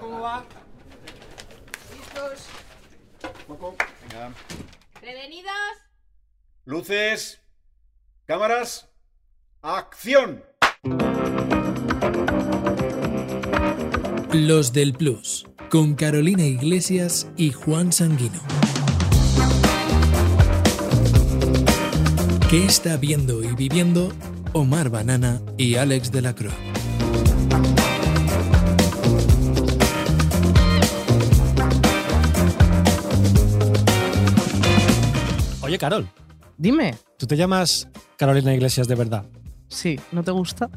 ¿Cómo va? ¿Listos? Poco. Venga. ¿Prevenidos? Luces. Cámaras. Acción. Los del Plus, con Carolina Iglesias y Juan Sanguino. ¿Qué está viendo y viviendo Omar Banana y Alex de la Cruz? Oye, Carol, Dime. ¿tú te llamas Carolina Iglesias de verdad? Sí, ¿no te gusta?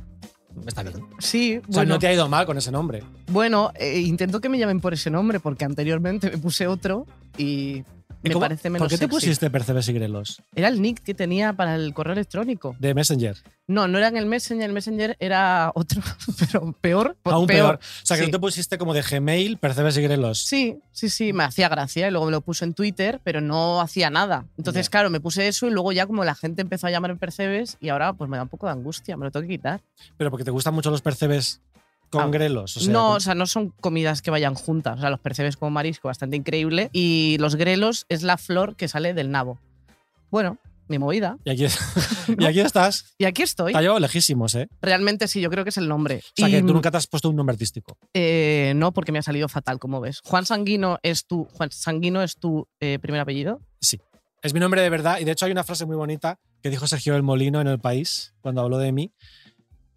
Está bien. O Sí, sea, bueno, no te ha ido mal con ese nombre. bueno eh, intento que me llamen por ese nombre porque anteriormente me puse otro y ¿Y me cómo- parece menos ¿Por qué te sexy. pusiste Percebes y Grelos? Era el nick que tenía para el correo electrónico. De Messenger. No, no era en el Messenger, el Messenger era otro, pero peor. por- Aún peor. O sea, que sí. tú te pusiste como de Gmail Percebes y Grelos. Sí, sí, sí, me hacía gracia y luego me lo puso en Twitter, pero no hacía nada. Entonces, Ya. claro, me puse eso y luego ya como la gente empezó a llamarme Percebes y ahora pues me da un poco de angustia, me lo tengo que quitar. Pero porque te gustan mucho los percebes con Ah, Grelos. o sea, no, con- o sea, no son comidas que vayan juntas. O sea, los percebes como marisco, bastante increíble. Y los grelos es la flor que sale del nabo. Bueno, mi movida. y, aquí, y aquí estás. Y aquí estoy. Te ha llevado lejísimos, ¿eh? Realmente sí, yo creo que es el nombre. O sea, que Y, tú nunca te has puesto un nombre artístico. eh, no, porque me ha salido fatal, como ves. Juan Sanguino es tu, Juan Sanguino es tu eh, primer apellido. Es mi nombre de verdad. Y de hecho, hay una frase muy bonita que dijo Sergio del Molino en El País cuando habló de mí.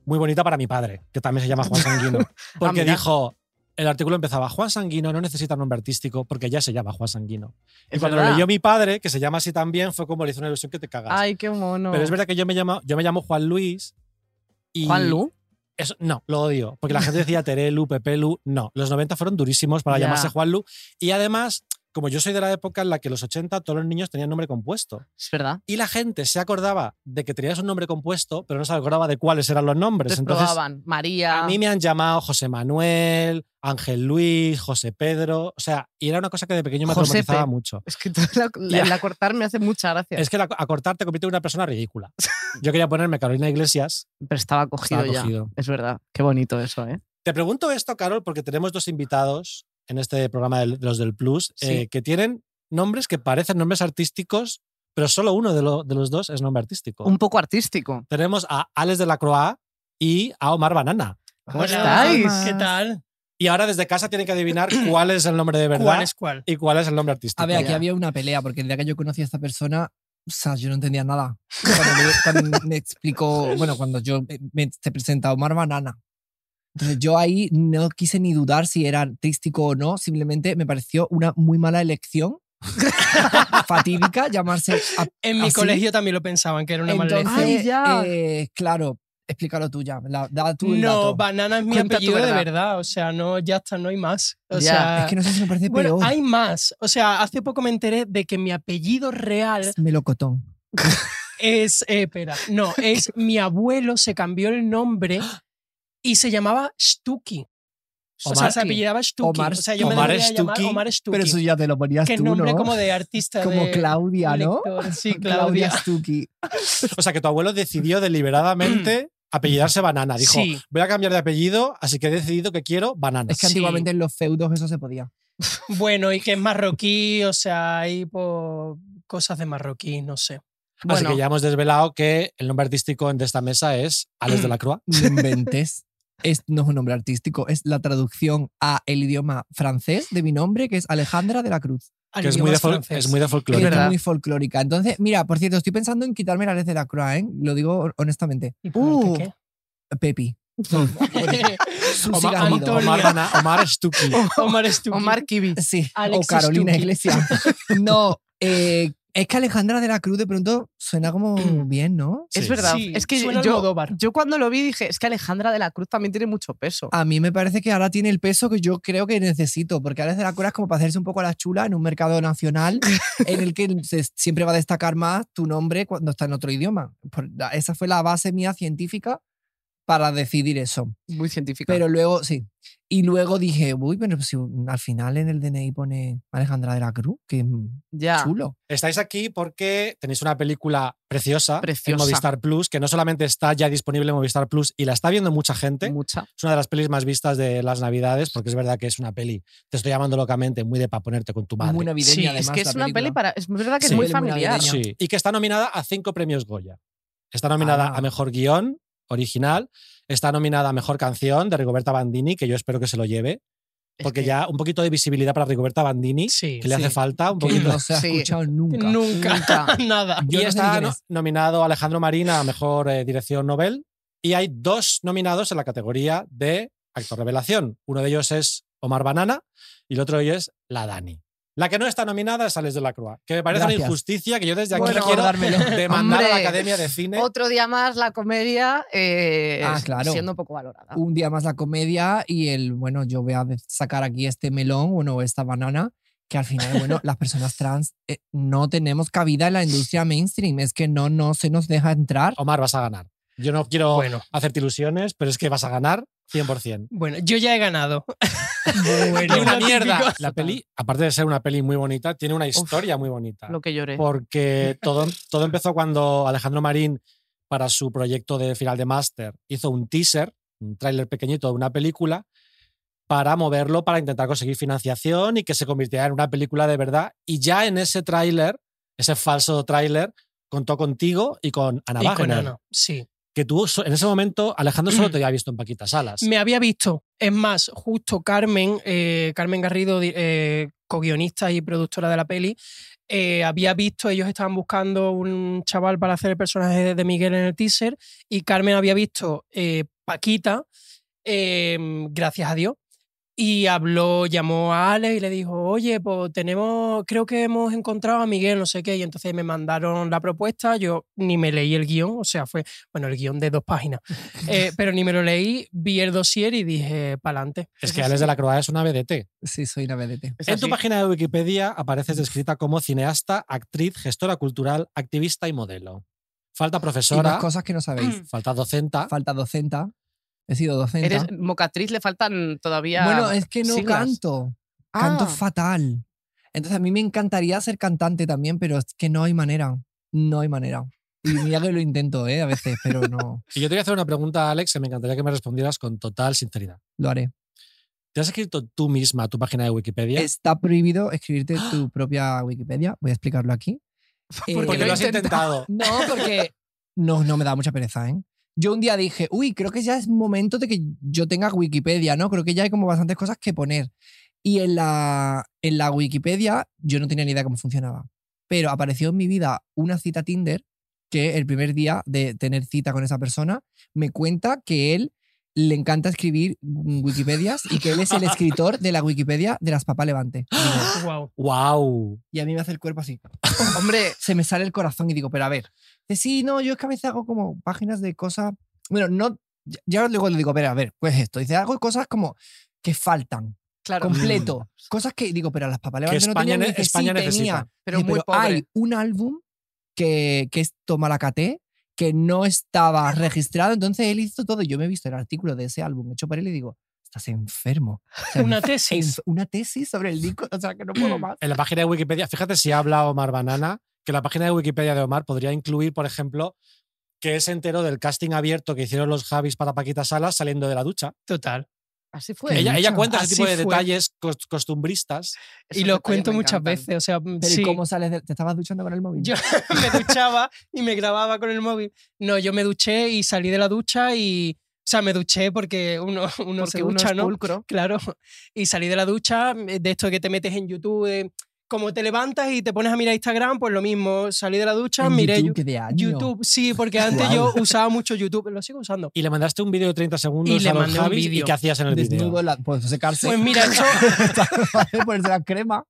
Muy bonita para mi padre, que también se llama Juan Sanguino. Porque Ah, mira. dijo. El artículo empezaba, Juan Sanguino no necesita nombre artístico porque ya se llama Juan Sanguino. Y Es cuando verdad. lo leyó mi padre, que se llama así también, fue como le hizo una ilusión que te cagas. Ay, qué mono. Pero es verdad que yo me llamo, yo me llamo Juan Luis. Y Juan Lu. Eso, no, lo odio. Porque la gente decía Terelu, Pepelu. No, los 90 fueron durísimos para Ya. llamarse Juan Lu. Y además, como yo soy de la época en la que los 80 todos los niños tenían nombre compuesto. Es verdad. Y la gente se acordaba de que tenías un nombre compuesto, pero no se acordaba de cuáles eran los nombres. Entonces, Entonces, probaban María. a mí me han llamado José Manuel, Ángel Luis, José Pedro. O sea, y era una cosa que de pequeño me Josepe. traumatizaba mucho. Es que toda la, la- Ya. la cortar me hace mucha gracia. Es que la- acortar te convierte en una persona ridícula. Yo quería ponerme Carolina Iglesias. Pero estaba cogido Estaba ya. cogido. Es verdad. Qué bonito eso, ¿eh? Te pregunto esto, Carol, porque tenemos dos invitados en este programa del- de los del Plus Sí. eh, que tienen nombres que parecen nombres artísticos, pero solo uno de, lo- de los dos es nombre artístico. Un poco artístico. Tenemos a Alex de la Croa y a Omar Banana. ¿Cómo estáis? ¿Qué tal? Y ahora desde casa tienen que adivinar cuál es el nombre de verdad ¿Cuál es cuál? y cuál es el nombre artístico. A ver, aquí Ya. había una pelea, porque el día que yo conocí a esta persona, o sea, yo no entendía nada. Cuando me, cuando me explicó, bueno, cuando yo me- me te presenta Omar Banana. Entonces yo ahí no quise ni dudar si era artístico o no, simplemente me pareció una muy mala elección. fatídica llamarse a- En mi ¿Ah, sí? colegio también lo pensaban, que era una mala entonces elección. Ay, ya. eh, claro explícalo tú ya la- da tú el No, dato. banana es mi Cuenta tu apellido de verdad. verdad. O sea, no, ya está, no hay más. O Ya, sea, es que no sé si me parece bueno, peor hay más. O sea, hace poco me enteré de que mi apellido real Es melocotón es. eh, espera, no, es mi abuelo se cambió el nombre y se llamaba Stucky. o sea, Omar- se apellidaba Stucky. Omar- o sea, yo me Omar debería llamar Stucky, Omar Stucky. pero eso ya te lo ponías que tú nombre ¿no? como de artista. como de Claudia ¿no? lector. Sí, Claudia. Claudia Stucky O sea, que tu abuelo decidió deliberadamente apellidarse Ah, Banana. Dijo, Sí. voy a cambiar de apellido, así que he decidido que quiero Banana. es que Sí. antiguamente en los feudos eso se podía Bueno, y que es marroquí, o sea, hay por cosas de marroquí, no sé. Así Bueno. que ya hemos desvelado que el nombre artístico de esta mesa es Alex de la Croix. no inventes es, no es un nombre artístico es la traducción a el idioma francés de mi nombre que es Alejandra de la Cruz Al que es idioma muy, de fol- francés. es muy de que folclore. es verdad. muy folclórica entonces mira por cierto estoy pensando en quitarme la lez de la Cruz ¿eh? lo digo honestamente ¿Y ponerte Uh. qué? Pepi Susi Omar, Garrido. Antonio. Omar Bana- Omar Stucky. Omar Stucky. Omar Kibi. Sí, Alexis o Carolina Tuki. Iglesias. No, eh, es que Alejandra de la Cruz de pronto suena como bien, ¿no? Es Sí. verdad. Sí, es que suena yo, Almodóvar. yo cuando lo vi dije, es que Alejandra de la Cruz también tiene mucho peso. A mí me parece que ahora tiene el peso que yo creo que necesito, porque Alex de la Cruz es como para hacerse un poco la chula en un mercado nacional en el que se- siempre va a destacar más tu nombre cuando está en otro idioma. Por- Esa fue la base mía científica para decidir eso. Muy científico. Pero luego, sí. Y luego dije, uy, pero si al final en el DNI pone Alejandra de la Cruz, que ya. chulo. Estáis aquí porque tenéis una película preciosa, en Preciosa. Movistar Plus, que no solamente está ya disponible en Movistar Plus y la está viendo mucha ¿eh? gente. Mucha. Es una de las pelis más vistas de las Navidades, porque es verdad que es una peli, te estoy llamando locamente, muy de para ponerte con tu madre. Muy navideña, Sí, es además, es que la es una película. peli para. Es verdad que Sí. es muy Peli muy familiar. navideña. Sí, y que está nominada a cinco premios Goya. Está nominada Ah. a Mejor Guión Original, está nominada a Mejor Canción de Rigoberta Bandini, que yo espero que se lo lleve, Es porque que ya un poquito de visibilidad para Rigoberta Bandini, Sí. que le hace sí. falta un Que poquito. no se ha Sí. escuchado nunca. Nunca. nunca. Nada. Yo y no sé ni está quién no- es. nominado Alejandro Marina a Mejor eh, Dirección Nobel, y hay dos nominados en la categoría de Actor Revelación. Uno de ellos es Omar Banana y el otro de ellos es La Dani. La que no está nominada es Alex de la Croix, que me parece una Gracias. injusticia que yo desde aquí Bueno, quiero recordármelo. demandar a la Hombre. Academia de Cine. Otro día más la comedia eh, Ah, claro. Uh, siendo poco valorada. Un día más la comedia y el, bueno, yo voy a de- sacar aquí este melón, bueno, esta banana, que al final, bueno, las personas trans eh, no tenemos cabida en la industria mainstream, es que no, no se nos deja entrar. Omar, vas a ganar. Yo no quiero Bueno, hacerte ilusiones, pero es que vas a ganar 100%. bueno, yo ya he ganado. Y una Lo mierda. típico. La peli, aparte de ser una peli muy bonita, tiene una historia muy bonita. Lo que lloré. Porque todo, todo empezó cuando Alejandro Marín, para su proyecto de final de máster, hizo un teaser, un tráiler pequeñito de una película, para moverlo, para intentar conseguir financiación y que se convirtiera en una película de verdad. Y ya en ese tráiler, ese falso tráiler, contó contigo y con Ana Y con Wagner. Ana, sí. que tú so- en ese momento, Alejandro solo te había visto en Paquita Salas. Me había visto. Es más, justo Carmen, eh, Carmen Garrido, di- eh, co-guionista y productora de la peli, eh, había visto, ellos estaban buscando un chaval para hacer el personaje de Miguel en el teaser y Carmen había visto eh, Paquita, eh, gracias a Dios. Y habló, llamó a Alex y le dijo, oye, pues tenemos, creo que hemos encontrado a Miguel, no sé qué. Y entonces me mandaron la propuesta, yo ni me leí el guión, o sea, fue, bueno, el guión de dos páginas, Eh, pero ni me lo leí, vi el dossier y dije, pa'lante. Es que Alex de la Croa es una BDT. Sí, soy una vedete. Es En tu así. página de Wikipedia apareces descrita como cineasta, actriz, gestora cultural, activista y modelo. Falta Y más profesora, cosas que no sabéis. falta docenta. Falta docenta. He sido docenta. ¿Ah? Eres mocatriz, le faltan todavía. Bueno, es que no siglas. canto. Canto Ah. fatal. Entonces a mí me encantaría ser cantante también, pero es que no hay manera. No hay manera. Y mira que lo intento, ¿eh? A veces, pero no. Y yo te voy a hacer una pregunta, Alex, que me encantaría que me respondieras con total sinceridad. Lo haré. ¿Te has escrito tú misma tu página de Wikipedia? Está prohibido escribirte tu propia Wikipedia. Voy a explicarlo aquí. Porque Porque lo lo he has intentado. No, porque no, no me da mucha pereza, ¿eh? Yo un día dije, uy, creo que ya es momento de que yo tenga Wikipedia, ¿no? Creo que ya hay como bastantes cosas que poner. Y en la, en la Wikipedia yo no tenía ni idea cómo funcionaba. Pero apareció en mi vida una cita Tinder que el primer día de tener cita con esa persona me cuenta que él le encanta escribir mm, Wikipedias y que él es el escritor de la Wikipedia de las Papá Levante. Wow. ¡Wow! Y a mí me hace el cuerpo así Hombre, se me sale el corazón y digo, pero a ver, de sí, no, yo es que a veces hago como páginas de cosas, bueno, no, ya- ya luego le digo, pero a ver, pues esto, dice, hago cosas como que faltan, claro. completo, cosas que digo, pero a las papas Que levantes no España, tenían, ne- y dice, España sí, necesita. tenía. Pero Dice, muy pobre. hay un álbum que, que es Tomalacaté que no estaba registrado, entonces él hizo todo, yo me he visto el artículo de ese álbum hecho por él y digo, estás enfermo, O sea, Una enf- tesis. una tesis sobre el disco, o sea, que no puedo más. En la página de Wikipedia, fíjate si habla Omar Banana, que la página de Wikipedia de Omar podría incluir, por ejemplo, que se enteró del casting abierto que hicieron los Javis para Paquita Salas saliendo de la ducha. Total. Así Qué fue. Ah, Ella, ella ducha. cuenta ese Así tipo de fue. detalles cos- costumbristas. Esos Y lo detalles cuento me muchas encantan. veces, o sea, mm, Pero sí. ¿y cómo sales? de- ¿Te estabas duchando con el móvil? Yo me duchaba y me grababa con el móvil. No, yo me duché y salí de la ducha y. O sea, me duché porque uno, uno se Porque uno ducha, es ¿no? pulcro. Claro. Y salí de la ducha, eh, de esto que te metes en YouTube, eh, como te levantas y te pones a mirar Instagram, pues lo mismo. Salí de la ducha, En miré YouTube, Yu- qué de año. YouTube, sí, porque antes yo usaba mucho YouTube, lo sigo usando. Y le mandaste un vídeo de 30 segundos Y le a los mandé un Javis. ¿Y vídeo. qué hacías en el Desnudo, vídeo? la, pues secarse. Pues mira, esto, ponerse la crema.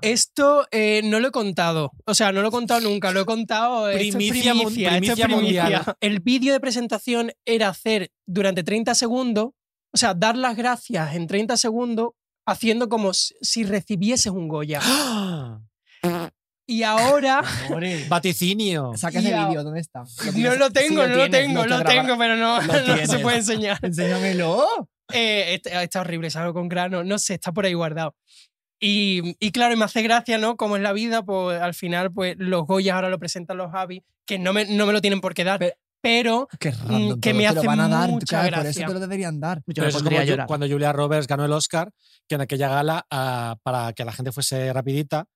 esto, eh, no lo he contado. O sea, no lo he contado nunca, lo he contado. esto es Primicia mun- primicia, esto es primicia mundial. El vídeo de presentación era hacer durante 30 segundos, o sea, dar las gracias en 30 segundos, haciendo como si si recibieses un Goya. ¡Ah! Y ahora. Vaticinio. Saca ese Ya. vídeo, ¿dónde está? No lo tengo, Sí, no lo tienes, tengo, lo lo graba- tengo, pero no, Lo no se tienes. puede enseñar. Enséñamelo. Eh, está, está horrible, salgo con grano, no sé, está por ahí guardado. Y, y claro, y me hace gracia, ¿no? Como es la vida, pues al final, pues los Goyas ahora lo presentan los Javi, que no me, no me lo tienen por qué dar, Pero- pero, Qué random. Mm, que todo, me te lo hace van a dar, mucha claro, por gracia. eso te lo deberían dar. Yo Pero me eso es pondría como a Ju- llorar. cuando Julia Roberts ganó el Oscar, que en aquella gala, ah, para que la gente fuese rapidita,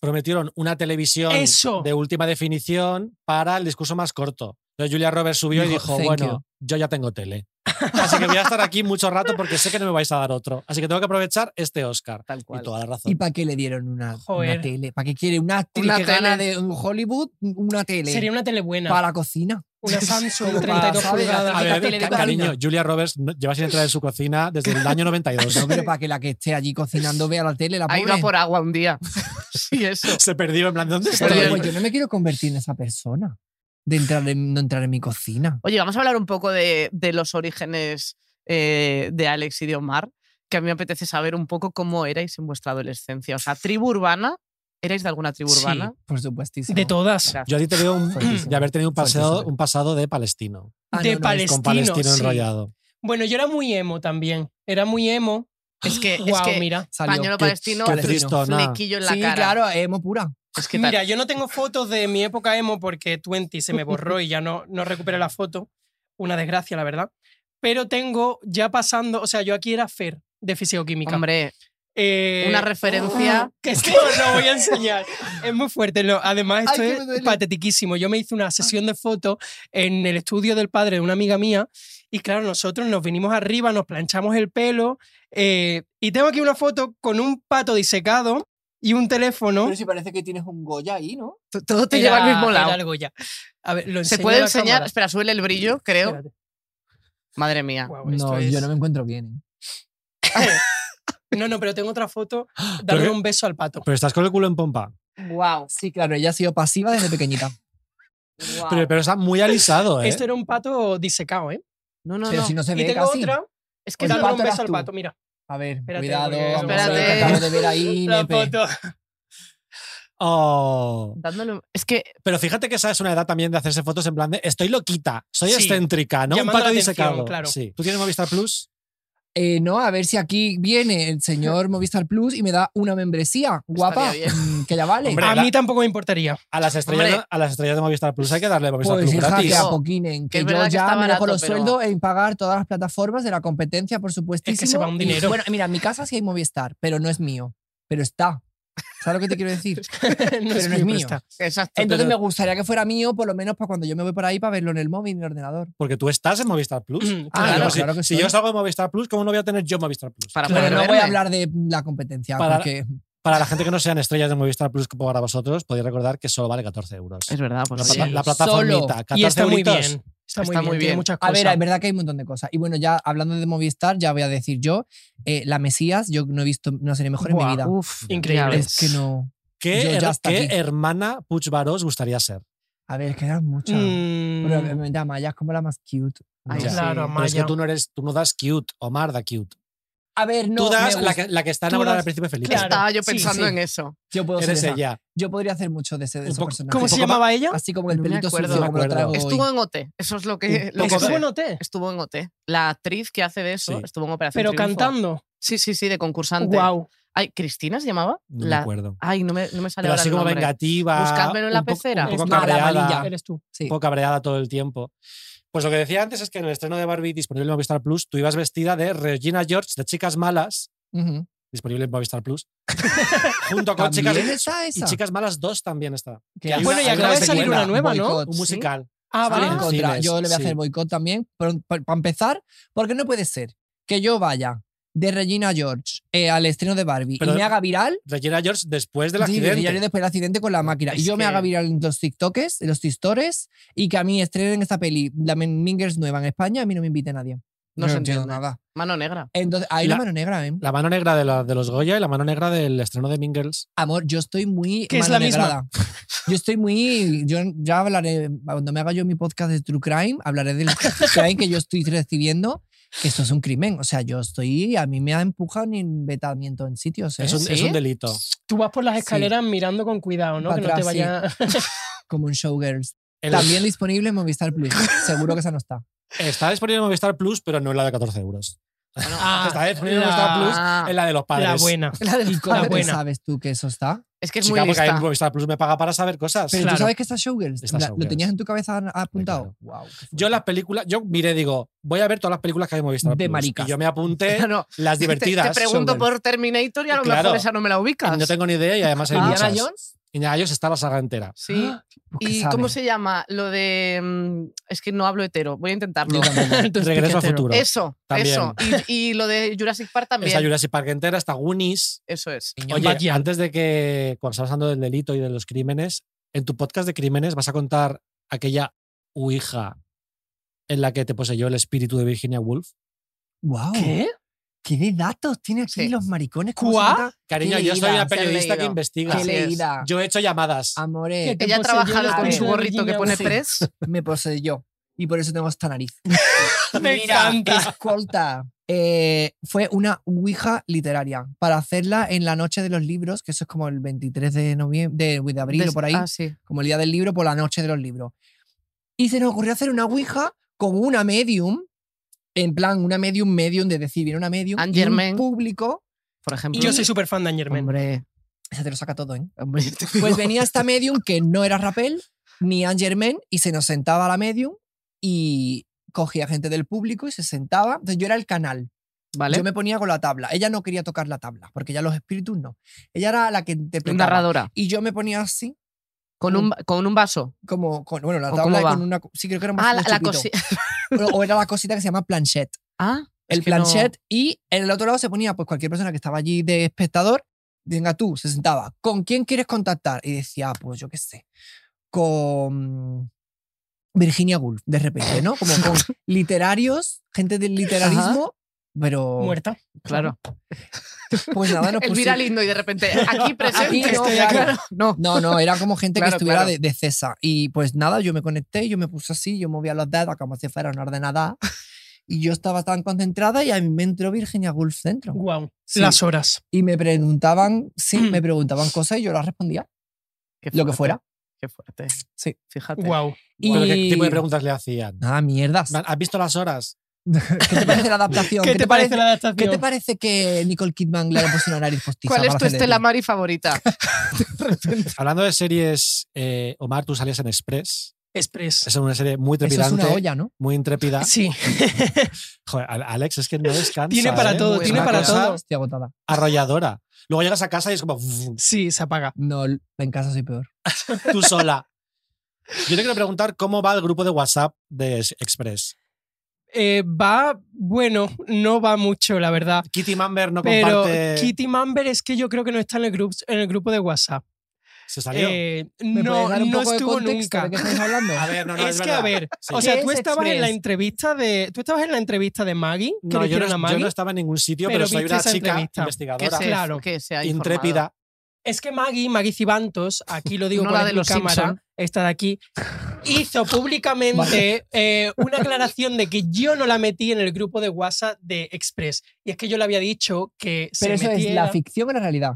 prometieron una televisión Eso. de última definición para el discurso más corto. Entonces Julia Roberts subió y Dijo, dijo, "Thank bueno, yo ya tengo tele. Así que voy a estar aquí mucho rato porque sé que no me vais a dar otro. Así que tengo que aprovechar este Oscar. Tal cual. Y toda la razón. ¿Y para qué le dieron una, Joder. una tele? ¿Para qué quiere una actriz Una que gana tele. de Hollywood una tele? sería una tele buena. Para la cocina. Una Samsung Como para, 32 ¿sabes? pulgadas. a la ver, tele de ca- cocina. cariño, Julia Roberts no- lleva sin entrar en su cocina desde el año 92. No, pero para que la que esté allí cocinando vea la tele, la Ahí pobre. va por agua un día. sí, eso. Se perdió en plan, ¿dónde Se Oye, estoy? pues yo no me quiero convertir en esa persona. De entrar en, no entrar en mi cocina. Oye, vamos a hablar un poco de, de los orígenes eh, de Alex y de Omar, que a mí me apetece saber un poco cómo erais en vuestra adolescencia. O sea, tribu urbana, ¿erais de alguna tribu Sí. urbana? Por supuestísimo. De todas. Gracias. Yo a ti te veo un- Fuertísimo. de haber tenido un pasado, Fuertísimo. un pasado de palestino. Ah, de no, no, es palestino. Con palestino sí. enrollado. Bueno, yo era muy emo también. Era muy emo. Es que, es Guau, que mira. Salió. Pañuelo Qué- palestino, qué tristona. flequillo en la sí, cara. claro, emo pura. Es que tal- Mira, yo no tengo fotos de mi época emo porque 20 se me borró y ya no, no recuperé la foto. Una desgracia, la verdad. Pero tengo ya pasando, o sea, yo aquí era Fer de fisioquímica. hombre, Eh, una referencia. Que esto os lo voy a enseñar. Es muy fuerte. no, además, esto Ay, que me es duele. patetiquísimo. Yo me hice una sesión de fotos en el estudio del padre de una amiga mía. Y claro, nosotros nos vinimos arriba, nos planchamos el pelo. eh, y tengo aquí una foto con un pato disecado y un teléfono. si parece que tienes un Goya ahí, ¿no? Todo te lleva al mismo Era- lado. era algo ya. A ver, lo Se enseño puede a la enseñar. cámara. Espera, suele el brillo, creo. Espérate. Madre mía. Guau, esto No, es- yo no me encuentro bien. ¿eh? No, no, pero tengo otra foto dándole Pero- un beso al pato. Pero estás con el culo en pompa. Wow. Sí, claro, ella ha sido pasiva desde pequeñita. Pero, pero está muy alisado, ¿eh? Esto era un pato disecado, ¿eh? No, no, pero no. si no se y ve tengo casi. otra Es que Oye, no- dándole un pato eras beso al tú. pato, mira. A ver, Espérate, cuidado, porque- vamos a ver, Espérate. que acabo de ver ahí, La Nepe. foto. Oh. dándole un- es que Pero fíjate que esa es una edad también de hacerse fotos en plan de estoy loquita, soy Sí. excéntrica, ¿no? un Llamando pato la atención, disecado. claro. Sí. ¿Tú tienes Movistar Plus? Eh, no, a ver si aquí viene el señor Movistar Plus y me da una membresía. Guapa, Estaría mm, que ya vale. Hombre, a la- mí tampoco me importaría. A las, estrellas, Hombre. a las estrellas de Movistar Plus hay que darle Movistar pues Plus hija, gratis. que No, que apoquinen, que, es yo verdad que ya está me dejo barato, los pero- sueldos en pagar todas las plataformas de la competencia, por supuesto. va un dinero. Bueno, mira, en mi casa sí hay Movistar, pero no es mío. Pero está. ¿Sabes lo que te quiero decir? pero no es mío. exacto. Entonces me pero- gustaría que fuera mío, por lo menos para cuando yo me voy por ahí para verlo en el móvil, en el ordenador. Porque tú estás en Movistar Plus. Ah, Claro, claro, si, claro que si soy. yo salgo de Movistar Plus, ¿cómo no voy a tener yo Movistar Plus? para Pero poder no voy verme. a hablar de la competencia, Para- porque Para la gente que no sean estrellas de Movistar Plus como para vosotros, podéis recordar que solo vale 14 euros. Es verdad, pues la, plata- oye, la plataformita, 14 Ah, Y está muy euritos. bien. Está Está muy bien. muy Tiene bien. muchas A cosas. ver, es verdad que hay un montón de cosas. Y bueno, ya hablando de Movistar, ya voy a decir yo, eh, La Mesías, yo no he visto una serie mejor en buah, uh, mi vida. uf, Increíble. ya ves. es que no. Yo ¿Qué, ya her- hasta qué aquí. hermana Puig Baró os gustaría ser? A ver, que eran muchas. Mm, Pero me llama ya es como la más cute. Ay, Ya. claro, Pero es que Maya. tú no eres, tú no das cute, Omar da cute. A ver, no. tú das me la gusta. que, la que está Tú enamorada das- del príncipe Felipe. claro. Estaba yo Sí, pensando sí. en eso. Yo puedo ser Eres esa. ella. Yo podría hacer mucho de ese, de Un ese poco- personaje. ¿Cómo Un se poco llamaba ella? Así como el No me pelito acuerdo. sucio, como lo traigo Estuvo hoy. en OT, eso es lo Eh, que. Un Lo que poco sé. Estuvo en OT, Estuvo en OT. La actriz que hace de eso Sí. estuvo en Operación pero Triunfo. cantando. Sí, sí, sí, de concursante. Wow. Ay, ¿Cristina se llamaba? No me La- acuerdo. Ay, no me, no me sale Pero ahora así el como nombre. vengativa. Buscadmelo en la un poco- pecera. Un poco Es mala, cabreada. malilla. Eres tú. Sí. un poco cabreada todo el tiempo. Pues lo que decía antes es que en el estreno de Barbie disponible en Movistar Plus, tú ibas vestida de Regina George de Chicas Malas, Ujú. disponible en Movistar Plus, junto con Chicas También está y esa. Chicas Malas 2 también está. Que hay hay una- Bueno, y hay una acaba de salir secuela, una nueva, ¿no? boicot. Un musical. Ah, Vale, vale. en Ah. contra. Cines, Yo le voy a sí. hacer boicot también, para empezar, porque no puede ser que yo vaya de Regina George eh, al estreno de Barbie Pero- y me haga viral. Regina George después del Sí, de accidente. Regina después del accidente con la máquina. y Es yo me que- haga viral en los TikToks, en los tistores, y que a mí estrenen esta peli, la Men- Mingers nueva en España, a mí no me invite nadie. No se entiendo entiende. nada. Mano negra. Entonces, hay la, La- mano negra, ¿eh? La mano negra de, la- de los Goya y la mano negra del estreno de Mingles. Amor, yo estoy muy. Que es la misma. manonegrada. Yo estoy muy. Yo ya hablaré. Cuando me haga yo mi podcast de True Crime, hablaré del True Crime que yo estoy recibiendo. que esto es un crimen. O sea, yo estoy, a mí me ha empujado ni vetamiento en sitios. ¿eh? Es, un, es ¿Sí? un delito. Tú vas por las Sí. escaleras mirando con cuidado, ¿no? Pa' Que no te atrás, sí. vaya. Como un showgirls. En la- También disponible en Movistar Plus. Seguro que esa no está. Está disponible en Movistar Plus, pero no en la de 14 euros. Ah, está disponible en la- Movistar Plus, Ah, en la de los padres. La buena. ¿Y cómo Ah, te buena. sabes tú que eso está? es que es Chica, muy porque ahí lista. Movistar Plus me paga para saber cosas. Pero Claro. tú sabes que está Showgirls. Pues Está En plan, Showgirls. ¿Lo tenías en tu cabeza an- apuntado? claro. Wow, qué fuerte. Yo las películas, yo miré, digo, voy a ver todas las películas que hay en Movistar De Plus. maricas. Y yo me apunté Claro. las Te- divertidas. Te, pregunto Showgirls. por Terminator y a lo Claro. mejor esa no me la ubicas. Y No tengo ni idea y además hay Indiana muchas. Jones. Indiana Jones está la saga entera. Sí. ¿Tú qué ¿Y sabes? cómo se llama? Lo de. mm, Es que no hablo hetero, voy a intentarlo. Yo tampoco. Regreso al piquetero. futuro. Eso, También. eso. Y, y lo de Jurassic Park Esa también. Jurassic Park entera, está Goonies. Eso es. Oye, antes de que, cuando estás hablando del delito y de los crímenes, en tu podcast de crímenes vas a contar aquella huija en la que te poseyó el espíritu de Virginia Woolf. Wow. ¿Qué? ¿Qué de datos tiene aquí Sí. los maricones? ¿Cuá? ¿Cuá? Cariño, yo soy leída, una se han periodista que leído. investiga. Qué Así es. leída. Yo he hecho llamadas. Amore, ¿Qué? Ella Te trabaja poseyó el con su de espíritu gorrito que Virginia pone Woolf. tres. eh, me poseyó. Y por eso tengo esta nariz. Me encanta. Escolta. Eh, fue una ouija literaria para hacerla en la noche de los libros, que eso es como el 23 de noviembre, de, de abril Des- o por ahí. Ah, sí. como el día del libro por la noche de los libros. Y se nos ocurrió hacer una Ouija con una medium, en plan, una medium, medium, de decir, viene una medium, Anne y un Germain. público, Por ejemplo. Yo soy súper fan de Angerman. Hombre, se te lo saca todo, ¿eh? hombre, yo te digo. Pues venía esta medium que no era Rapel ni Anne Germain y se nos sentaba la medium y cogía gente del público y se sentaba. Entonces yo era el canal. Vale. Yo me ponía con la tabla. Ella no quería tocar la tabla porque ya los espíritus no. Ella era la que interpretaba. Narradora. Y yo me ponía así, Con un, con un vaso. como con, bueno, la ¿O tabla cómo va? con una, sí creo que era un Ah, la, más la chupito. cosita. o o era la cosita que se llama planchette. Ah, El que no- planchet y en el otro lado se ponía pues cualquier persona que estaba allí de espectador, venga tú, se sentaba, ¿con quién quieres contactar? Y decía, pues yo qué sé, con Virginia Woolf, de repente, ¿no? Como con literarios, gente del literarismo, pero... Muerta. claro. Pues nada, nos El pusi- viral lindo y de repente aquí presente. Aquí no, Estoy aquí. claro. No. No, no, era como gente Claro, que estuviera claro. de, de cesa. Y pues nada, yo me conecté, yo me puse así, yo movía los dedos como si fuera una ordenada. Y yo estaba tan concentrada y a mí me entró Virginia Woolf dentro. Wow. Sí. Las horas. y me preguntaban, sí, me Mm. preguntaban cosas y yo las respondía, Qué lo que fuerte, fuera. Qué fuerte. Sí. Fíjate. Wow. Y... ¿Pero qué tipo de preguntas le hacían? Ah, mierdas. ¿Has visto las horas? ¿Qué te parece la adaptación? ¿Qué te parece la ¿Qué te adaptación? parece que Nicole Kidman le haya puesto una nariz postiza? ¿Cuál es para tu hacer de Estela Dios? Mari favorita? Hablando de series, eh, Omar, tú salías en Express. Express. Es una serie muy Eso es trepidante, una olla, ¿no? muy intrépida. Sí. Joder, Al- Alex, es que no descansa. Tiene para ¿eh? todo, Es tiene una para cosa todo. Estoy agotada. Arrolladora. Luego llegas a casa y es como "Uf, Sí, se apaga. No, en casa soy peor. tú sola. Yo te quiero preguntar cómo va el grupo de WhatsApp de Ex- Express. Eh, va, bueno, no va mucho, la verdad. Kitty Mamber no Pero comparte. Kitty Mamber es que yo creo que no está en el, grup- en el grupo de WhatsApp. Se salió. Eh, ¿Me puedes no, dar un no poco de estuvo contexto nunca. de qué estáis hablando? a ver, no, no, es, que verdad. a ver, Sí. o sea, ¿Qué tú es estabas en la Express? entrevista de, tú estabas en la entrevista de Maggie, que No, le yo hicieron a no, yo Maggie. no estaba en ningún sitio, Pero pero, soy viste una esa chica entrevista. Que investigadora, se, Claro. que se ha intrépida. Es que Maggie, Maggie Cibantos, aquí lo digo No por la en de mi los cámara, Simpson. esta de aquí, hizo públicamente eh, una aclaración de que yo no la metí en el grupo de WhatsApp de Express. Y es que yo le había dicho que se Pero eso es metiera- la ficción o la realidad.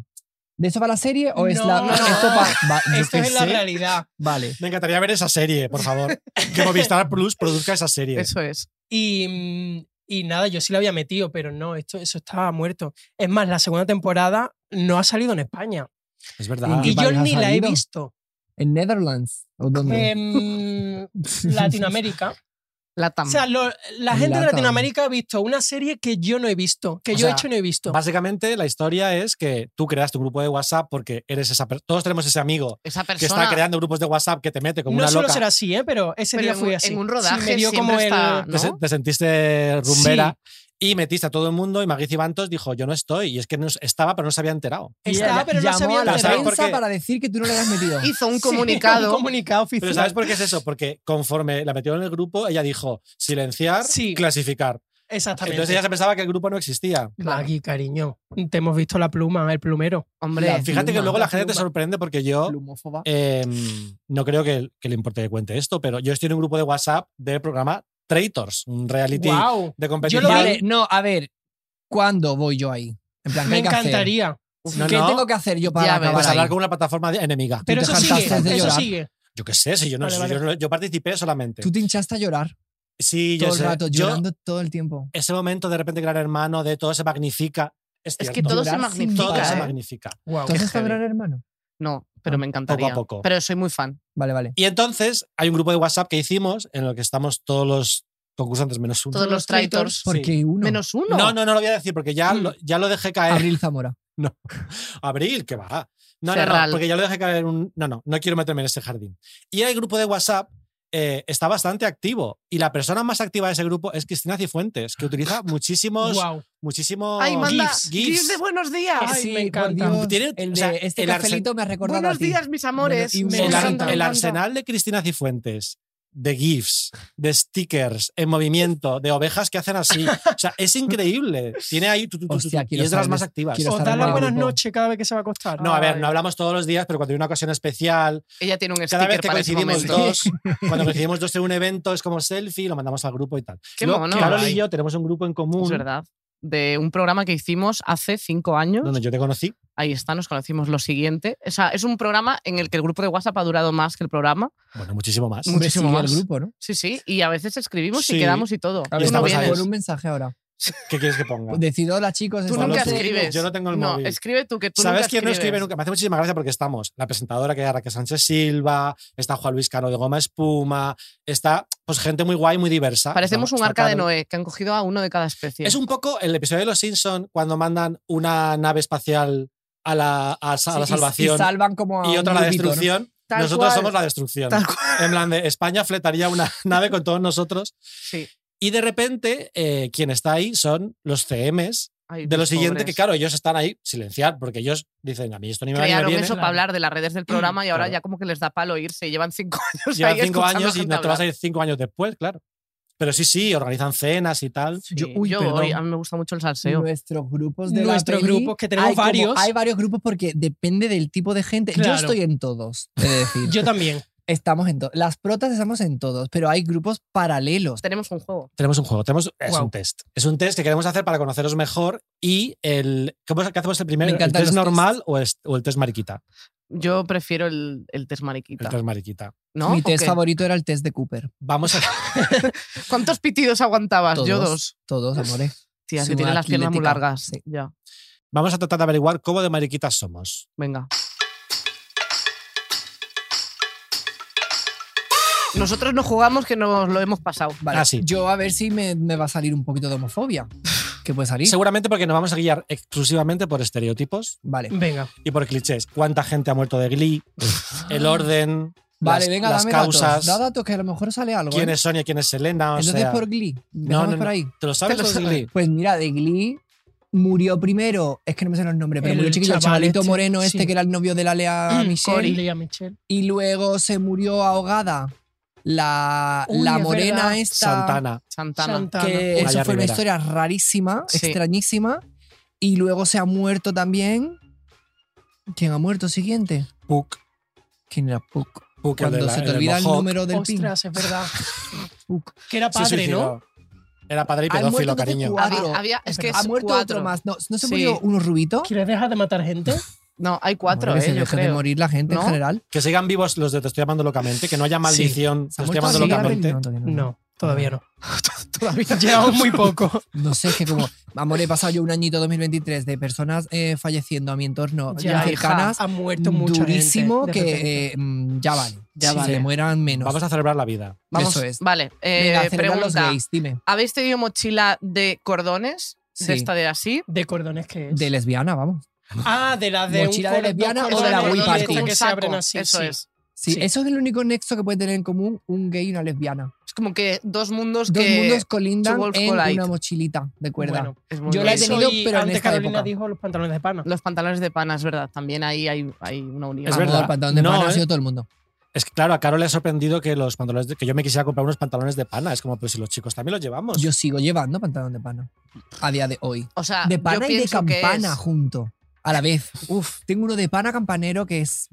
¿De eso va la serie o es No, la.? no. Esto va. va- yo Esto qué es la sé. realidad. Vale. Me encantaría ver esa serie, por favor. que Movistar Plus produzca esa serie. Eso es. Y, mm, y nada, yo sí la había metido, pero no, esto, eso estaba muerto. Es más, la segunda temporada no ha salido en España. Es verdad. ¿Y y qué yo país Ah, ha ni la he salido? Mm. visto. ¿En Netherlands? ¿O dónde? En Latinoamérica. La O sea, lo- la gente de Latam. Latinoamérica ha visto una serie que yo no he visto, que O yo sea, he hecho y no he visto. Básicamente, la historia es que tú creas tu grupo de WhatsApp porque eres esa per- Todos tenemos ese amigo Esa que está persona. creando grupos de WhatsApp que te mete como no una solo loca. será así, ¿eh? pero ese Pero día en fui un- así. en un Sí, rodaje me dio como siempre el- está- Te, se- ¿no? te sentiste rumbera y metiste a todo el mundo y Maggie Bantos dijo, yo no estoy. Y es que no, estaba, pero no se había enterado. Estaba, pero no Llamó sabía a la enterado. ¿Sabes por prensa qué? para decir que tú no le habías metido. Hizo un Sí, comunicado. un comunicado Pero oficial. ¿sabes por qué es eso? Porque conforme la metieron en el grupo, ella dijo silenciar, Sí. clasificar. Exactamente. Entonces ella se pensaba que el grupo no existía. Maggie, cariño, te hemos visto la pluma, el plumero. Hombre, La- Fíjate que Pluma, luego la la gente te pluma. sorprende porque yo em, Plumófoba. eh, no creo que, que le importe que cuente esto, pero yo estoy en un grupo de WhatsApp del programa Traitors, un reality ¡Guau! de Yo competición. lo vi. Vale, no, a ver, ¿cuándo voy yo ahí? En plan, ¿qué Me hay que hacer? encantaría. No, ¿Qué no. tengo que hacer yo para Ya verás. acabar Pues ahí? hablar con una plataforma de- enemiga. Pero te eso cantaste sigue, de eso llorar. sigue. Yo qué sé, si yo no, Vale, si vale. yo no- yo participé solamente. Tú te hinchaste a llorar sí, yo todo el sé. rato, Yo- llorando todo el tiempo. ese momento de repente gran hermano de todo se magnifica. Es, Es que cierto, todo se Llorar sin magnifica. todo parar. se ¿eh? magnifica. Guau. ¿Tú has estado heavy. Gran hermano? No, pero me encantaría. Ah, Poco a poco. Pero soy muy fan. Vale, vale. Y entonces hay un grupo de WhatsApp que hicimos en el que estamos todos los concursantes menos uno. Todos los traitors. Sí. Porque uno, Menos uno. No, no, no lo voy a decir porque ya, Mm. lo, ya lo dejé caer. Abril Zamora. Abril, que va. No, no, no, Ferral. porque ya lo dejé caer. Un, no, no, no quiero meterme en ese jardín. Y el grupo de WhatsApp eh, está bastante activo. Y la persona más activa de ese grupo es Cristina Cifuentes, que utiliza muchísimos, Guau. muchísimos Ay, manda. GIFs. GIFs de buenos días. Ay, sí, me por encanta. Dios, Tiene- el o de sea, este el arsen- cafelito me ha recordado Buenos a ti. días, mis amores. Bueno, y Me un- el, ar- encanta, me el encanta. arsenal de Cristina Cifuentes de GIFs, de stickers en movimiento, de ovejas que hacen así. O sea, es increíble. Tiene ahí. tu, tu, tu, tu, Hostia, tu, y quiero es de las saber más de- activas. quiero Os estar da en las el buenas grupo. noches cada vez que se va a acostar. No, a ver, Ay. no hablamos todos los días, pero cuando hay una ocasión especial, Ella tiene un cada vez sticker que para ese coincidimos momento. dos, cuando coincidimos dos en un evento, es como selfie, lo mandamos al grupo y tal. Qué Luego, mono. Carol Ay. y yo tenemos un grupo en común. Es verdad. De un programa que hicimos hace cinco años. Donde yo te conocí. Ahí está, nos conocimos lo siguiente. O sea, es un programa en el que el grupo de WhatsApp ha durado más que el programa. Bueno, muchísimo más. Mucho. Hombre, Muchísimo sigue el más. grupo, ¿no? Sí, sí. Y a veces escribimos Sí. y quedamos y todo. A Tú ver, no estamos ahí. vienes. Por un mensaje ahora. ¿Qué quieres que ponga? Decido, hola chicos. Tú esta nunca noche- escribes. Yo no tengo el no, móvil. escribe tú que tú ¿Sabes nunca quién no escribe escribes. nunca? Me hace muchísima gracia porque estamos la presentadora que es Raquel Sánchez Silva, está Juan Luis Cano de Goma Espuma, está pues gente muy guay, muy diversa. Parecemos Está- un Ah, está arca de Carol. Noé, que han cogido a uno de cada especie. Es un poco el episodio de Los Simpson cuando mandan una nave espacial a la, a sa- a la Sí, y- salvación Y salvan como a y un otra a la grupito, ¿no? destrucción. Tal Nosotros cual. somos la destrucción. Tal En plan de España fletaría una nave con todos nosotros. Sí. Y de repente, eh, quien está ahí son los CMs Ay, de lo mis siguiente, pobres. que claro, ellos están ahí silenciar porque ellos dicen, a mí esto ni me va ni me Crearon viene". eso para hablar de las redes del programa y ahora Claro. ya como que les da palo irse. y Llevan cinco años Llevan ahí cinco escuchando años y gente no te vas a hablar. ir cinco años después, claro. Pero sí, sí, organizan cenas y tal. Sí, Yo- Yo, uy, perdón. voy, a mí me gusta mucho el salseo. Nuestros grupos de la Nuestros peli, grupos, que tenemos hay como- varios. hay varios grupos porque depende del tipo de gente. Yo Claro. estoy en todos, he de decir. Yo también. Estamos en todos. Las protas estamos en todos, pero hay grupos paralelos. Tenemos un juego. Tenemos un juego, tenemos, es Guau. un test. Es un test que queremos hacer para conoceros mejor y el. ¿Cómo es- qué hacemos el primero? Me ¿El encantan test los normal o, es- o el test mariquita? Yo prefiero el, el test El mariquita. test mariquita. ¿No? Mi ¿O test qué? favorito era el test de Cooper. Vamos a. ¿Cuántos pitidos aguantabas? Ah, Yo Todos. dos. Todos, amores. Tía, Soy que tiene una las piernas muy atlética. largas. Sí. Ya, Vamos a tratar de averiguar cómo de mariquitas somos. venga. Nosotros no jugamos que nos lo hemos pasado. Vale. Ah, sí. Yo a ver si me, me va a salir un poquito de homofobia. Que puede salir. Seguramente porque nos vamos a guiar exclusivamente por estereotipos Vale. Venga. y por clichés. ¿Cuánta gente ha muerto de Glee? el orden. Vale, las, venga, las dame causas. datos. Da datos que a lo mejor sale algo. ¿Quién ¿eh? es Sonia? ¿Quién es Selena? O Entonces sea, por Glee. no, Dejamos no, por ahí. ¿Te lo sabes Te lo todo de sabes. Glee? Pues mira, de Glee murió primero, es que no me sé los nombres, pero El murió chiquillo, el chaval chavalito este, moreno este sí. que era el novio de la Ah, Lea Michelle. Cory, Lea Michelle. Y luego se murió ahogada la, Uy, la es morena verdad. esta. Santana. Santana. Santana. Que eso Naya fue una Rivera. historia rarísima, Sí. extrañísima. Y luego se ha muerto también. ¿Quién ha muerto siguiente? Puck. ¿Quién era Puck? Puck, el de Cuando la- se te el del olvida el Mohawk. número del pin. Ostras, es verdad. Puck. Que era Se padre, suicidó. ¿no? Era padre y Han pedófilo, muerto de cariño. Cuba. Había, Cuatro. había- es que Ha es muerto cuatro. otro más. ¿No, ¿no se Sí. murió uno rubito? ¿Quieres dejar de matar gente? No, hay cuatro, Bueno, que eh, se yo deje de creo. morir la gente ¿No? en general. Que sigan vivos los de Te estoy llamando locamente, que no haya maldición. ¿Se Te ha estoy muerto llamando así, Gabriel? locamente. No, todavía no. No, todavía no. todavía llevamos muy poco. No sé, es que como, amor, he pasado yo un añito 2023 de personas eh, falleciendo a mi entorno ya, Ya, cercanas. ha muerto mucha durísimo gente, de repente. que eh, mm, ya vale. Ya Si vale. Se mueran menos. Vamos a celebrar la vida. Vamos, Eso es. Vale, eh, Venga, a celebrar los pregunta. gays, dime. ¿Habéis tenido mochila de cordones? Sí. De esta de así. de cordones que es. De lesbiana, vamos. ah, de la de Mochila un de cor- dos lesbiana o de la cordones Wii de Party. estas Como un que se saco, abren así. eso sí. es. Sí, Sí. eso es el único nexo que puede tener en común un gay y una lesbiana. Es como que dos mundos Dos que. mundos colindan two worlds en collide. una mochilita de cuerda. Bueno, es muy Yo la he gay. eso tenido, y pero en antes esta Carolina época. dijo los pantalones de pana. Los pantalones de pana, es verdad. También ahí hay, hay una unión. Es Amor, verdad. pantalón de No, pana ha ¿eh? sido todo el mundo. Es que, claro, a Caro le ha sorprendido que los pantalones de- que yo me quisiera comprar unos pantalones de pana. Es como, pero si los chicos también los llevamos. Yo sigo llevando pantalón de pana a día de hoy. O sea, De Ah, yo pana y de pienso que campana es- junto. A la vez. Uf, tengo uno de pana campanero que es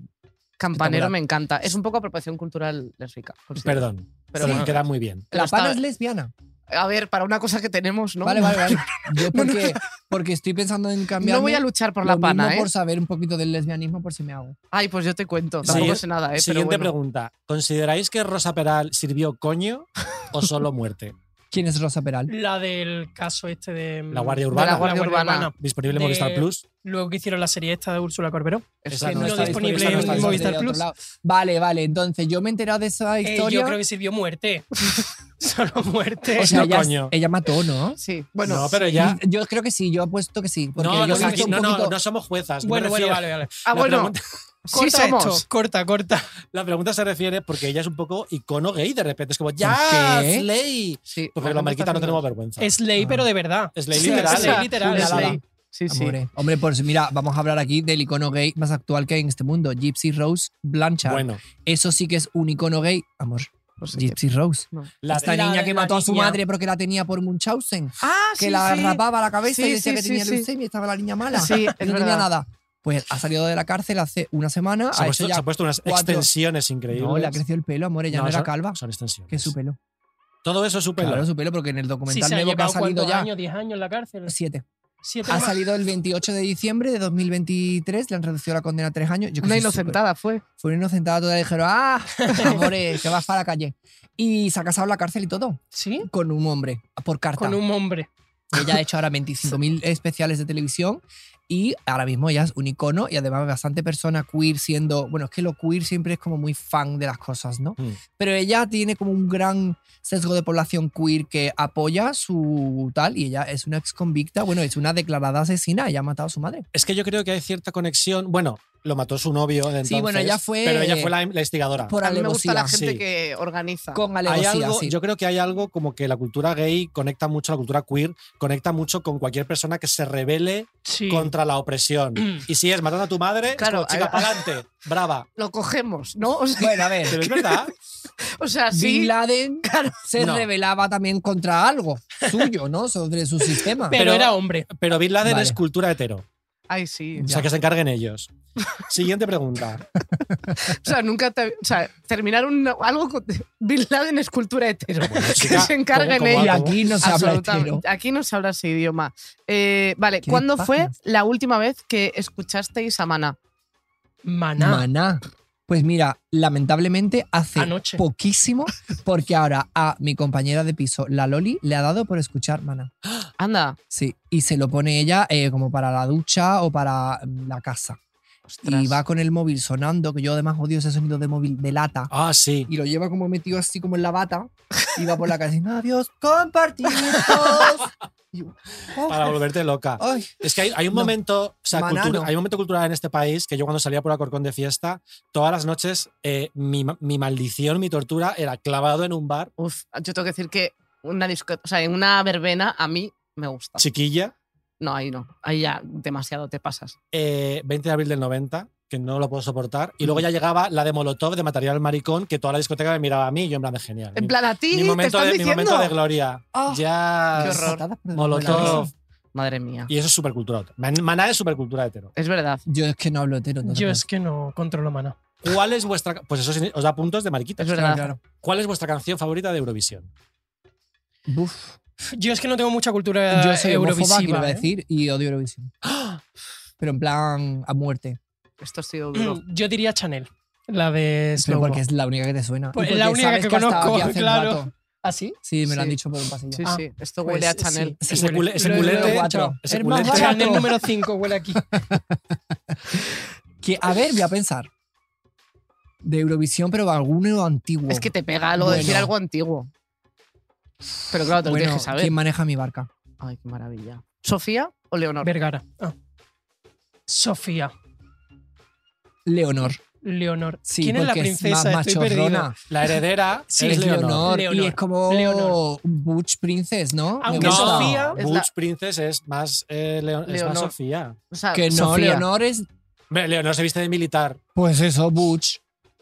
Campanero Espectacular. me encanta. Es un poco apropiación cultural lésbica. considero. Perdón. Pero pero bueno, queda muy bien. pero La pana está- es lesbiana. a ver, para una cosa que tenemos, ¿no? Vale, vale, vale. Yo porque, porque estoy pensando en cambiar. No voy a luchar por la pana, ¿eh? por saber un poquito del lesbianismo por si me hago. Ay, pues yo te cuento. Sí. Tampoco sé nada, ¿eh? Siguiente pero bueno. pregunta. ¿Consideráis que Rosa Peral sirvió coño o solo muerte? ¿Quién es Rosa Peral? La del caso este de. La Guardia Urbana. La Guardia Urbana. Disponible en De- Movistar Plus. Luego que hicieron la serie esta de Úrsula Corberó. Esa que no no está está disponible esa no está en disponible. Movistar de Plus. otro lado. Vale, vale. Entonces yo me he enterado de esa Eh, historia. yo creo que sirvió muerte. Solo muerte. o sea, No, ella, coño. ella mató, ¿no? Sí, bueno. no, pero ya. Yo creo que sí, yo apuesto que sí. Porque No, yo no, lo he aquí- visto un no, no, poquito- no somos juezas. me bueno, bueno, refiero- vale, vale. la ah, bueno. pregunta- Sí Corta esto, somos. Corta, corta. La pregunta se refiere porque ella es un poco icono gay de repente. Es como, ¡ya! qué? Slay! Sí, Porque la los mariquitas no conversación- tenemos vergüenza. Es ley, Ah. pero de verdad. Es ley Sí, literal. Es ley Sí, literal. Es sí. ley. Sí, sí. Hombre, hombre, pues mira, vamos a hablar aquí del icono gay más actual que hay en este mundo, Gypsy Rose Blanchard. Bueno, Eso sí que es un icono gay, amor. No Pues sé Gypsy Rose. la Esta de- la- niña que la mató a su niña. madre porque la tenía por Munchausen, qué. Ah, que sí, la sí. rapaba la cabeza Sí, y decía sí, que sí, tenía sí. leucemia y estaba la niña mala. Sí, es y no tenía verdad. nada. Pues ha salido de la cárcel hace una semana, se, ha ha hecho puesto, se ya... ha puesto unas cuatro- extensiones increíbles. No, le ha crecido el pelo, amor, ella no, No, era son- calva. Son extensiones. ¿Qué es su pelo? Todo eso es su pelo. Claro, su pelo, porque en el Sí, documental se ha nuevo que ha llevado salido cuántos ya... años, 10 años en la cárcel. Siete. Siete Ha más. salido el 28 de diciembre de 2023, le han reducido la condena a tres años. Yo que Una soy inocentada fue. súper- Fue una inocentada toda, dijeron, ah, amores, que vas para la calle. Y se ha casado en la cárcel y todo, ¿Sí? con un hombre, por carta. Con un hombre. Ella ha hecho ahora 25.000 especiales de televisión y ahora mismo ella es un icono y además bastante persona queer siendo, bueno, es que lo queer siempre es como muy fan de las cosas, ¿no? Mm. Pero ella tiene como un gran sesgo de población queer que apoya su tal y ella es una ex convicta, bueno, es una declarada asesina, ella ha matado a su madre. Es que yo creo que hay cierta conexión. Bueno, lo mató su novio. de Sí, bueno, entonces, ella fue- Pero ella fue la, la instigadora. Por A mí me gusta alevosía. la gente sí. que organiza. Con Hay alevosía, algo- sí. Yo creo que hay algo como que la cultura gay conecta mucho, la cultura queer conecta mucho con cualquier persona que se revele Sí. contra la opresión. y si es matando a tu madre, claro, Claro, chica, hay- para adelante, brava. Lo cogemos, ¿no? O sea, Bueno, a ver, Pero es verdad. o sea, Bin sí. Laden se No. revelaba también contra algo suyo, ¿no? Sobre su sistema. Pero, Pero- era hombre. Pero Bin Laden Vale. es cultura hetero. Ay, sí. O sea, que se encarguen ellos. Siguiente pregunta. O sea, nunca te- o sea, terminar un, algo con Bin Laden es cultura hetero. que chica, se encarguen ¿cómo- cómo y ellos. aquí no se habla Absolutamente. hetero. Aquí no se habla ese idioma. Eh, vale, ¿Qué ¿cuándo pasa? fue la última vez que escuchasteis a Maná? Maná. Maná. Pues mira, lamentablemente hace Anoche. poquísimo, porque ahora a mi compañera de piso, la Loli, le ha dado por escuchar Maná. Anda, Sí, y se lo pone ella eh, como para la ducha o para mm, la casa. ostras. Y va con el móvil sonando, que yo además odio ese sonido de móvil de lata. Ah, sí. Y lo lleva como metido así como en la bata y va por la calle diciendo, adiós, compartidos. Y yo, oh, Para volverte loca. ay, Es que hay, hay un No. momento, o sea, Maná cultura- no. hay un momento cultural en este país que yo cuando salía por Alcorcón de fiesta, todas las noches eh, mi, ma- mi maldición, mi tortura era clavado en un bar, Uf, yo tengo que decir que una disco, o sea, en una verbena a mí me gusta. chiquilla, No, ahí no. Ahí ya demasiado te pasas. eh, 20 de abril del 90, que no lo puedo soportar. Y Mm. luego ya llegaba la de Molotov de Material Maricón, que toda la discoteca me miraba a mí y yo en plan de genial. En Mi- plan, a ti mi, te momento están de, mi diciendo. momento de gloria. Ah, ya. qué horror. patadas por debajo de la Molotov. mesa. Madre mía. Y eso es supercultura. hetero. Man- Maná es supercultura hetero. Es verdad. Yo es que no hablo hetero. entonces Yo no. es que no controlo Maná. ¿Cuál es vuestra.? Pues eso sí, os da puntos de mariquita. Es verdad. Claro, ¿Cuál es vuestra canción favorita de Eurovisión? Buf. Yo es que no tengo mucha cultura Yo soy homófoba, Eh, eurovisiva. quiero ¿eh? ¡Ah! decir, y odio Eurovisión. Pero en plan, a muerte. Esto ha sido duro. ¿eh? Yo diría Chanel. La de Pero Slow. porque es la única que te suena. Y Pues es porque la única sabes que ha estado conozco, aquí hace claro. rato. ¿Ah, sí? Sí, me lo han Sí. dicho por un pasillo. Sí, Ah, sí. Esto Pues huele a sí, Chanel. sí, Ese huele. culete- ese Lo he culete- oído cuatro. ese Es más culete- barato. Chanel número 5 huele aquí. Que, a ver, voy a pensar. De Eurovisión, pero alguno antiguo. Es que te pega lo de Bueno. decir algo antiguo. Pero claro, te lo bueno, tienes que saber. ¿quién maneja mi barca? Ay, qué maravilla. ¿Sofía o Leonor? Vergara. Ah. Sofía. Leonor. Leonor. Sí, ¿Quién es la porque princesa? más Estoy perdido. machorrona. La heredera Sí, es Es Leonor. Leonor. Leonor. Y es como Leonor. Butch Princess, ¿no? Me Aunque No, gusta. Sofía- Butch Es la- Princess es más, eh, Leo- es Leonor. más Sofía. O sea, Que no, Sofía. Leonor es Hombre, Leonor se viste de militar. Pues eso, Butch.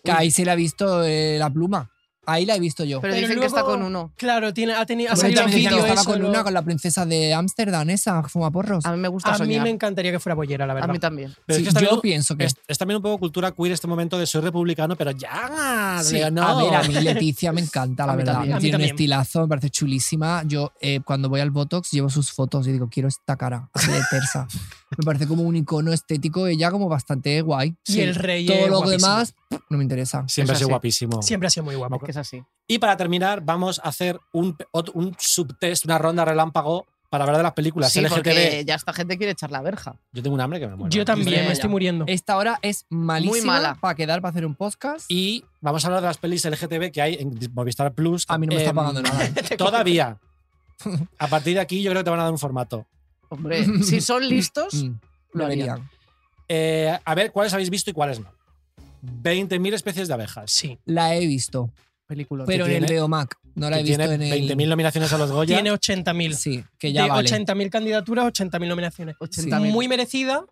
Que ahí se le ha visto eh, la pluma. Ahí la he visto yo. Pero, Pero dicen que está luego- con uno. Claro, tiene, ha, tenido, ha Bueno, salido yo un decía que vídeo estaba eso, con lo- una, con la princesa de Ámsterdam, esa, fumaporros. A mí me gusta A mí soñar. me encantaría que fuera pollera, la A verdad. mí también. Pero es Sí, que está yo viendo- pienso que. Es, es también un poco cultura queer este momento de soy republicano, pero ya. Sí, ah, digo, no. A ver, a mí Leticia me encanta, la A mí verdad. también. A mí Tiene un también. estilazo, me parece chulísima. Yo eh, cuando voy al Botox llevo sus fotos y digo, quiero esta cara así de tersa. me parece como un icono estético, ella como bastante guay. Y Sí. el rey Todo es lo guapísimo. demás no me interesa. Siempre ha es sido así. guapísimo. Siempre ha sido muy guapo. Que es así. Y para terminar, vamos a hacer un, pe- ot- un subtest, una ronda relámpago para hablar de las películas Sí, LGTB. porque ya esta gente quiere echar la verja. Yo tengo un hambre que me muero. Yo Ya, también, ya. me estoy muriendo. Esta hora es malísima mala. para quedar para hacer un podcast. Y vamos a hablar de las pelis LGTB que hay en Movistar Plus. a mí no me está Em, pagando nada. Todavía. A partir de aquí yo creo que te van a dar un formato. Hombre, si son listos, Mm, lo harían. deberían. Eh, a ver cuáles habéis visto y cuáles no. 20.000 especies de abejas. Sí. La he visto, Película. pero en el tiene- de OMAC. No la Que he visto tiene en el. 20.000 nominaciones a los Goya. Tiene 80.000. Sí, que ya de vale. 80.000 candidaturas, 80.000 nominaciones. 80.000. Muy merecida,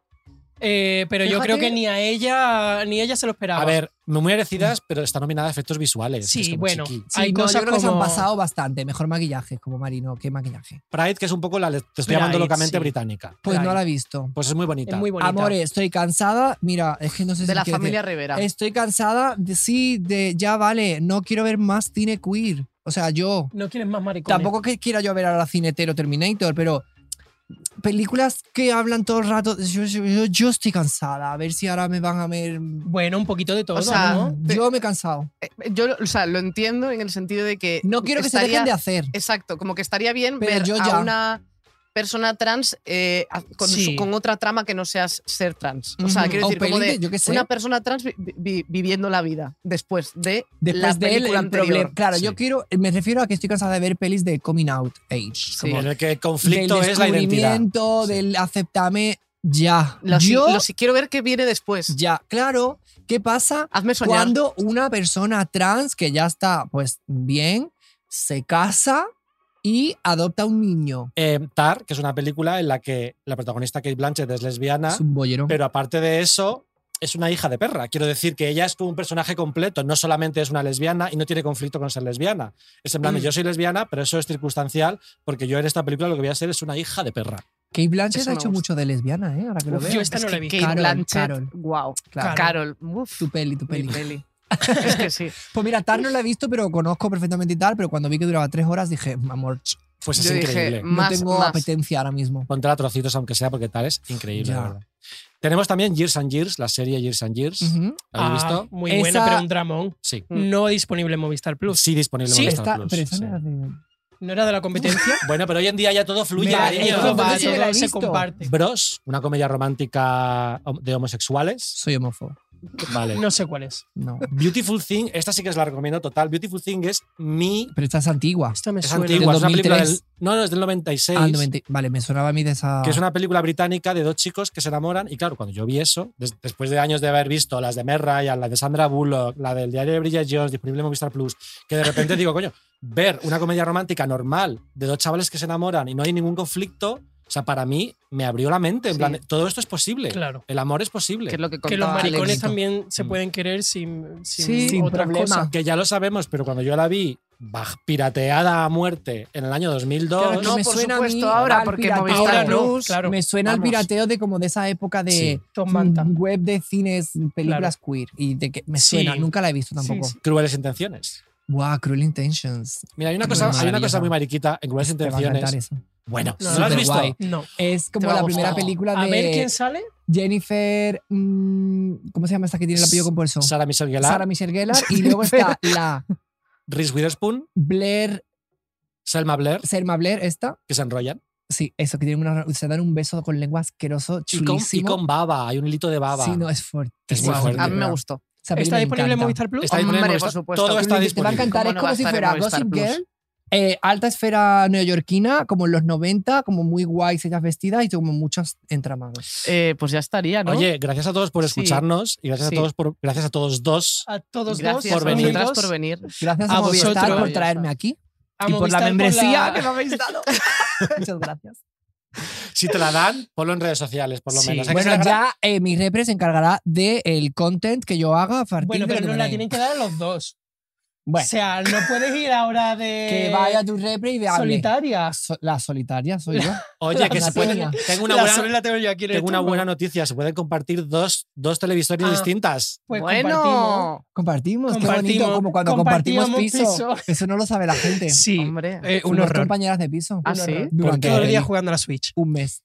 eh, pero yo Fíjate. creo que ni a ella ni ella se lo esperaba. a ver, muy merecidas, pero está nominada a efectos visuales. Sí, Es como bueno. chiqui. Sí, hay no, cosas yo creo que se han como- pasado bastante. Mejor maquillaje, como Marino, qué maquillaje. Pride, que es un poco la. Te estoy llamando Pride, locamente sí. británica. Pues Ay. no la he visto. Pues es muy bonita. es muy bonita. Amores, estoy cansada. Mira, es que no sé si de la quiero decir- familia Rivera. Estoy cansada de sí, de ya vale, no quiero ver más cine queer. O sea, yo. No quieres más maricones. Tampoco que quiera yo ver ahora Cinetero Terminator, pero películas que hablan todo el rato. Yo, yo- yo- yo estoy cansada. A ver si ahora me van a ver. Bueno, un poquito de todo, O sea, ¿no? te- Yo me he cansado. Eh, Yo, o sea, lo entiendo en el sentido de que. No quiero que se estaría- dejen de hacer. Exacto, como que estaría bien Pero ver yo a ya. una persona trans eh, a- con, su- Sí. con otra trama que no sea ser trans. O sea, Ujú. quiero decir, como peli de yo qué sé. una persona trans vi- vi- viviendo la vida después de Después la de él, película el anterior. problema. Claro, Sí. yo quiero. Me refiero a que estoy cansada de ver pelis de coming out age. Sí. En el que el Del conflicto es la identidad. descubrimiento, Sí. del aceptame ya. Lo si- yo, lo si- quiero ver qué viene después. ya. Claro, ¿qué pasa Hazme soñar. cuando una persona trans que ya está, pues bien, se casa y adopta un niño? Eh, Tar, que es una película en la que la protagonista Kate Blanchett es lesbiana, Es un bollero. ¿Ah? pero aparte de eso, es una hija de perra. Quiero decir que ella es como un personaje completo, no solamente es una lesbiana y no tiene conflicto con ser lesbiana. Es en plan, de, Mm. yo soy lesbiana, pero eso es circunstancial porque yo en esta película lo que voy a ser es una hija de perra. Kate Blanchett Eso ha me hecho gusta. mucho de lesbiana, ¿eh? Ahora que lo Uf, veo. yo esta Es no que la he visto. Kate Carol, Blanchett. Carol. Wow. Claro. Carol. Uf, Tu peli, tu mi peli. peli. es que sí. Pues mira, Tar no la he visto, pero conozco perfectamente y tal. Pero cuando vi que duraba tres horas, dije, amor, ch, Pues es Yo dije, increíble. Más, no tengo más. apetencia ahora mismo. Contra trocitos, aunque sea, porque tal es increíble. Ya. la verdad. Tenemos también Years and Years, la serie Years and Years. Ujú. ¿La habéis Ah, visto? Muy Esa- buena, pero un dramón. Sí. Mm. No disponible en Movistar Plus. Sí, disponible en Sí, Movistar Esta- Plus, pero esa sí. no era de- No era de la competencia. Bueno, pero hoy en día ya todo fluye. Mira, cariño. eh, todo no, va, sí me la he todo se visto. comparte. Bros, una comedia romántica hom- de homosexuales. Soy homófobo. Vale. No sé cuál es. No. Beautiful Thing, esta sí que os la recomiendo total. Beautiful Thing es mi. Pero esta es antigua. Esta me Es suena. antigua, Del es una película del. 2003. No, no, es del 96. Ah, 90 Vale, me sonaba a mí de esa. Que es una película británica de dos chicos que se enamoran. Y claro, cuando yo vi eso, des- después de años de haber visto las de Matt Ryan, las de Sandra Bullock, la del diario de Bridget Jones, disponible en Movistar Plus, que de repente digo, coño, ver una comedia romántica normal de dos chavales que se enamoran y no hay ningún conflicto, o sea, para mí me abrió la mente. En Sí. plan, todo esto es posible. Claro. El amor es posible. Que es lo que Que los contaba Alex. maricones Alexito. también se Mm. pueden querer sin, sin Sí, sin otras problema. cosas. que ya lo sabemos, pero cuando yo la vi baj- pirateada a muerte en el año 2002, Claro, No, me por suena a mí supuesto, ahora, al porque pirateo. Movistar Ahora no, Plus. claro. Me suena al Vamos. pirateo de como de esa época de mm, Sí. Tom Manta. web de cines, películas queer. Y de que me Sí. suena, nunca la he visto Sí, tampoco. sí. Crueles Intenciones. Wow, Cruel Intentions. Mira, hay una Muy cosa, hay una maravillosa. cosa muy mariquita en Crueles Te va a encantar Intenciones. eso. Bueno, No, ¿no, lo has visto? superguay. No. Es Te como va a la gustar. primera película A de ver quién sale. Jennifer. mm, ¿Cómo se llama esta que tiene el apellido compuesto? Sara Michelle Gellar, Sarah Michelle Gellar. Y luego está la Reese Witherspoon, Blair, Selma Blair, Selma Blair, esta. que se enrollan. Sí, eso, que tienen una, se dan un beso con lengua asqueroso, Y con, y chulísimo. con baba, hay un hilito de baba. Sí, no, es fuerte. Es muy Wow, fuerte. A mí me gustó. Esa peli ¿Está me disponible en encanta. Movistar Plus? Está Hombre, disponible en por Movistar- supuesto. Todo Creo está Lo que Te va disponible. a encantar, ¿Cómo no es va como a si estar en fuera Movistar Gossip Plus? Girl, eh, alta esfera neoyorquina, como en los 90, como muy guays ellas vestidas y como muchos entramados. Eh, pues ya estaría, ¿no? Oye, gracias a todos por Sí. escucharnos y gracias Sí. a todos por gracias a todos dos. A todos gracias por dos, venir. vosotras amigos. por venir. Gracias a, A Movistar vosotros. por traerme aquí A y por la Movistar Ah. membresía la- que me habéis dado. Muchas gracias. Si te la dan, ponlo en redes sociales, por lo Sí. menos. Hay que Bueno, ser agra- ya eh, mi repre se encargará del content que yo haga a partir Bueno, de pero lo que no me la den. tienen que dar a los dos. Bueno, O sea, no puedes ir ahora de. que vaya a tu repre y vea. solitaria. la solitaria soy yo. Oye, que La se puede. sola. Tengo una la buena, sola la tengo yo aquí en el tengo una turno. buena noticia. Se pueden compartir dos, dos televisores Ah. distintas. Pues compartimos. bueno, Compartimos, qué bonito, Compartimos- como cuando compartimos, compartíamos piso. Eso no lo sabe la gente. Sí. hombre. Eh, un Fuimos horror. compañeras de piso. ¿Ah, Un sí? horror. Por Durante todo el día el- jugando a la Switch. un mes.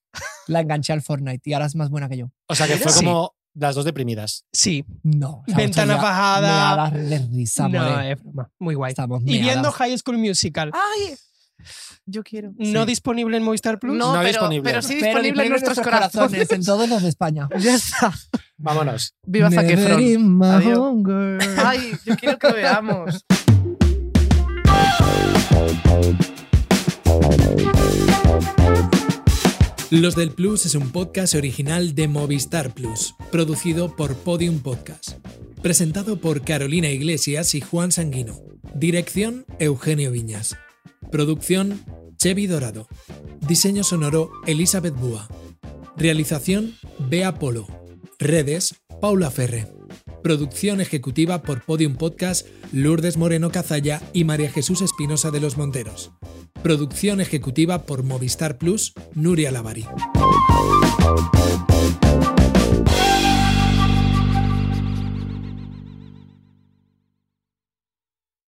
La enganché al Fortnite y ahora es más buena que yo. O sea que fue Sí. como las dos deprimidas. Sí. No. o sea, Ventana estoy ya bajada. meada de risa, No, more. es broma. Muy guay. Estamos Y viendo meadas. High School Musical. Ay, yo quiero. No disponible en Movistar Plus. No, mm, No pero, disponible. pero sí Pero disponible en nuestros corazones. en todos los de España. Ya está. Vámonos. Viva Zac Never Efron. in my Adiós. hunger. Ay, yo quiero que veamos. Los del Plus es un podcast original de Movistar Plus, producido por Podium Podcast. Presentado por Carolina Iglesias y Juan Sanguino. Dirección Eugenio Viñas. Producción Chevy Dorado. Diseño sonoro Elizabeth Búa. Realización Bea Polo. Redes Paula Ferre. Producción ejecutiva por Podium Podcast Lourdes Moreno Cazalla y María Jesús Espinosa de los Monteros. Producción ejecutiva por Movistar Plus, Nuria Lavari.